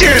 your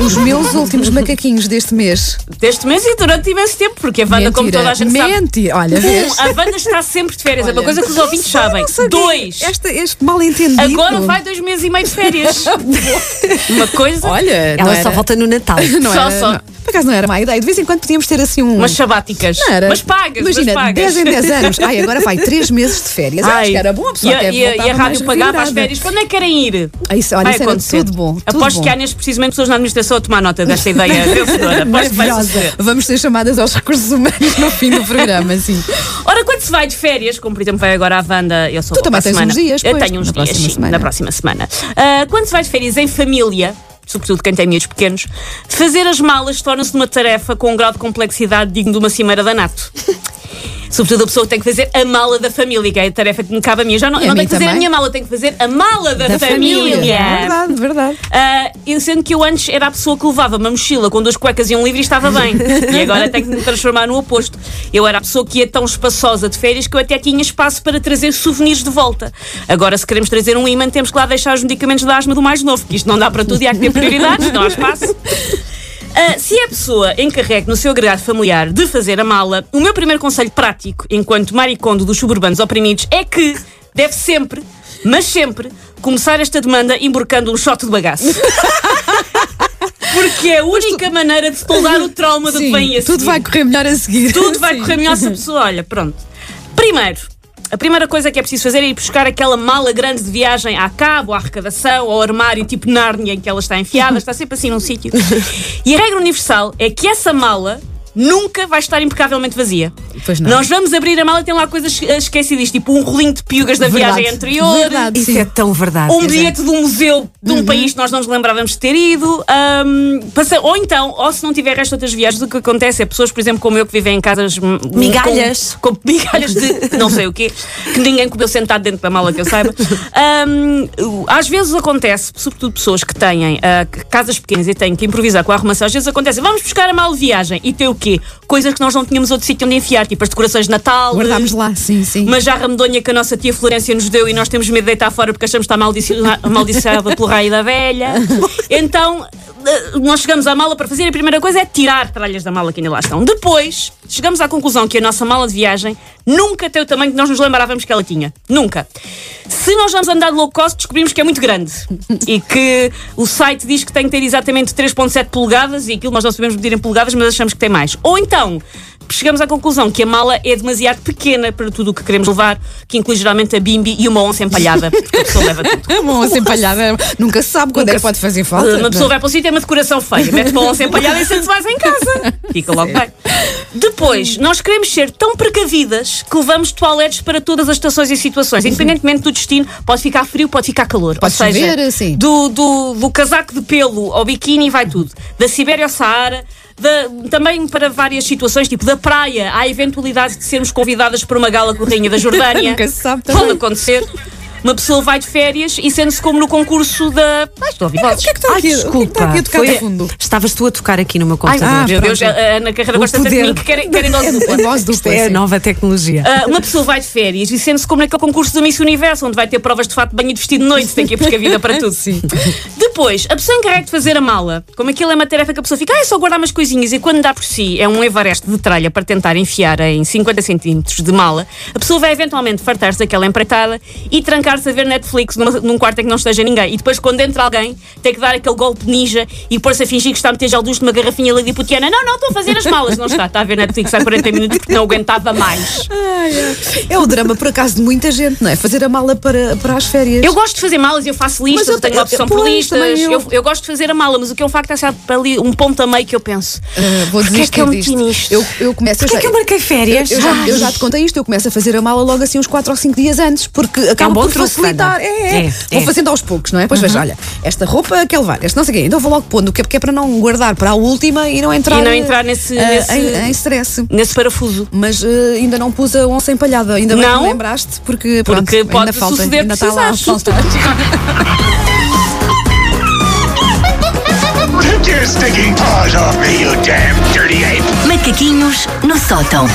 Os meus últimos macaquinhos deste mês. Deste mês e durante imenso tempo, porque a Wanda, como toda a gente sabe. Mentira. Olha, vês? Um, a Wanda está sempre de férias, é uma Olha, coisa que os ouvintes Eu não sabem. sabia. é Dois! Este, este mal entendido. Agora vai dois meses e meio de férias. uma coisa. Olha, não Ela era, só volta no Natal. não só, era- só. não. Por acaso não era má ideia. De vez em quando podíamos ter assim um. Umas sabáticas. Não era. Mas pagas, mas Imagina, pagas. 10 em 10 anos. Ai, agora vai 3 meses de férias. Ai, acho que era bom a pessoa e, a- até e, a- e a voltava mais rádio pagava revirada. as férias. Quando é que querem ir? Ah, isso- olha, Vai isso era acontecer. tudo bom, tudo Aposto bom. que há neste precisamente pessoas na administração a tomar nota desta ideia vencedora. Aposto que vai Maravilhosa. suceder. Vamos ser chamadas aos recursos humanos no fim do programa, sim. Ora, quando se vai de férias, como por exemplo vai agora à Wanda, eu sou Tu boa também para a tens semana. uns dias, Eu pois, tenho na uns dias, próxima sim, semana. na próxima semana. Ah, quando se vai de férias em família, sobretudo quem tem miúdos pequenos, fazer as malas torna-se uma tarefa com um grau de complexidade digno de uma cimeira da NATO. Sobretudo a pessoa que tem que fazer a mala da família, que é a tarefa que me cabe a mim. Eu Já não, E a não mim tenho que fazer a também. É minha mala, tenho que fazer a mala da, Verdade, verdade. Ah, eu sendo que eu antes era a pessoa que levava uma mochila com duas cuecas e um livro e estava bem. e agora tenho que me transformar no oposto. Eu era a pessoa que ia tão espaçosa de férias que eu até tinha espaço para trazer souvenirs de volta. Agora, se queremos trazer um imã, temos que lá deixar os medicamentos da asma do mais novo, que isto não dá para tudo e há que ter prioridades, não há espaço. Ah, se é a pessoa encarregue no seu agregado familiar de fazer a mala, o meu primeiro conselho prático, enquanto maricondo dos suburbanos oprimidos, é que deve sempre, mas sempre, começar esta demanda emborcando um shot de bagaço. Porque é a única maneira de sepoldar o trauma do que vem a Sim, tudo seguir. vai correr melhor a seguir. Tudo vai Sim. correr melhor se a pessoa olha. Pronto. Primeiro, a primeira coisa que é preciso fazer é ir buscar aquela mala grande de viagem à cabo, à arrecadação, ao armário tipo Nárnia em que ela está enfiada, está sempre assim num sítio. E a regra universal é que essa mala nunca vai estar impecavelmente vazia. Pois não. Nós vamos abrir a mala e tem lá coisas eh, esquecidas, tipo um rolinho de piugas da Verdade. viagem anterior, Verdade, Isso sim. é tão verdade. um bilhete de um museu de um país que nós não nos lembrávamos de ter ido. ahm, passa- ou então, ou se não tiver resto de outras viagens, o que acontece é pessoas, por exemplo, como eu, que vivem em casas. hum, Migalhas. Com, com migalhas de não sei o quê, que ninguém comeu sentado dentro da mala que eu saiba. Ahm, o- às vezes acontece, sobretudo pessoas que têm ah, c- casas pequenas e têm que improvisar com a arrumação, às vezes acontece, vamos buscar a mala de viagem e tem o quê? Coisas que nós não tínhamos outro sítio onde enfiar, tipo as decorações de Natal. Guardámos lá, sim, sim. Mas já a ramedonha que a nossa tia Florência nos deu e nós temos medo de deitar fora porque achamos que está maldiciona- maldiciada pelo raio da velha. Então, eh, nós chegamos à mala para fazer e a primeira coisa é tirar tralhas da mala que ainda lá estão. Depois, chegamos à conclusão que a nossa mala de viagem nunca tem o tamanho que nós nos lembrávamos que ela tinha. Nunca. Se nós vamos andar de low cost, descobrimos que é muito grande e que o site diz que tem que ter exatamente 3,7 polegadas e aquilo nós não sabemos medir em polegadas, mas achamos que tem mais. Ou então, chegamos à conclusão que a mala é demasiado pequena para tudo o que queremos levar, que inclui geralmente a bimbi e uma onça empalhada, porque a pessoa leva tudo. A mão assim empalhada, nunca se sabe quando é que pode fazer falta. Uma não é? pessoa vai para um sítio e tem uma decoração feia, mete uma onça empalhada e sente-se mais em casa. Fica logo bem. Depois, nós queremos ser tão precavidas que levamos toaletes para todas as estações e situações, independentemente do destino, pode ficar frio, pode ficar calor. Pode Ou seja, chover, sim. do, do, do casaco de pelo ao biquíni vai tudo. Da Sibéria ao Saara, da- também para várias situações, tipo da praia, há a eventualidade de sermos convidadas para uma gala com a Rainha da Jordânia. Nunca se sabe também. Pode acontecer. Uma pessoa vai de férias e sente-se como no concurso da. Ai, estou a ouvir O vozes. que é que está Ai, aqui? O que é que desculpa. está aqui a tocar Foi- de fundo? Estavas tu a tocar aqui no meu Ai, computador. Ah, meu Deus, pronto. a a Ana Carreira gosta tanto de poder. mim que querem, querem dose A dupla. voz Isto dupla, é a sim. nova tecnologia. Ah, uma pessoa vai de férias e sente-se como naquele concurso do Miss Universo, onde vai ter provas de fato de banho e de vestido de noite, tem que ir precavida para tudo. Sim. Depois, a pessoa encarregue de fazer a mala, como aquilo é uma tarefa que a pessoa fica, ah, é só guardar umas coisinhas, e quando dá por si é um Everest de tralha para tentar enfiar em 50 centímetros de mala, a pessoa vai eventualmente fartar-se daquela empreitada e trancar-se a ver Netflix numa- num quarto em que não esteja ninguém. E depois, quando entra alguém, tem que dar aquele golpe ninja e pôr-se a fingir que está a meter gel de luz numa garrafinha liliputiana. Não, não, estou a fazer as malas. Não está, está a ver Netflix há 40 minutos porque não aguentava mais. É o drama, por acaso, de muita gente, não é? Fazer a mala para, para as férias. Eu gosto de fazer malas, eu faço listas, eu eu, tenho te- uma opção eu- por pois, listas. também eu. Eu... eu gosto de fazer a mala, mas o que é um facto é sempre ali um ponto a meio que eu penso. Ah, vou Porquê é que eu desistir meti disto. nisto? Eu, eu começo Porquê a é que eu marquei férias? Eu já, eu já te contei isto, eu começo a fazer a mala logo assim uns 4 ou 5 dias antes, porque Tá acaba bom por truque, facilitar. Ana. É, é. É, Vou é. fazendo aos poucos, não é? Pois veja, olha, esta roupa que ele vai, este não sei o quê, então vou logo pondo, que é porque é para não guardar para a última e não entrar, E não entrar nesse- eh, nesse- Em, em stress. Nesse parafuso. Mas eh, ainda não pus a onça empalhada, ainda bem que Não? me lembraste, porque, pronto, Porque ainda pode falta, suceder ainda está lá a precisaste. faltar. Take your stinking paws off me, you damn dirty ape! Macaquinhos no sótão.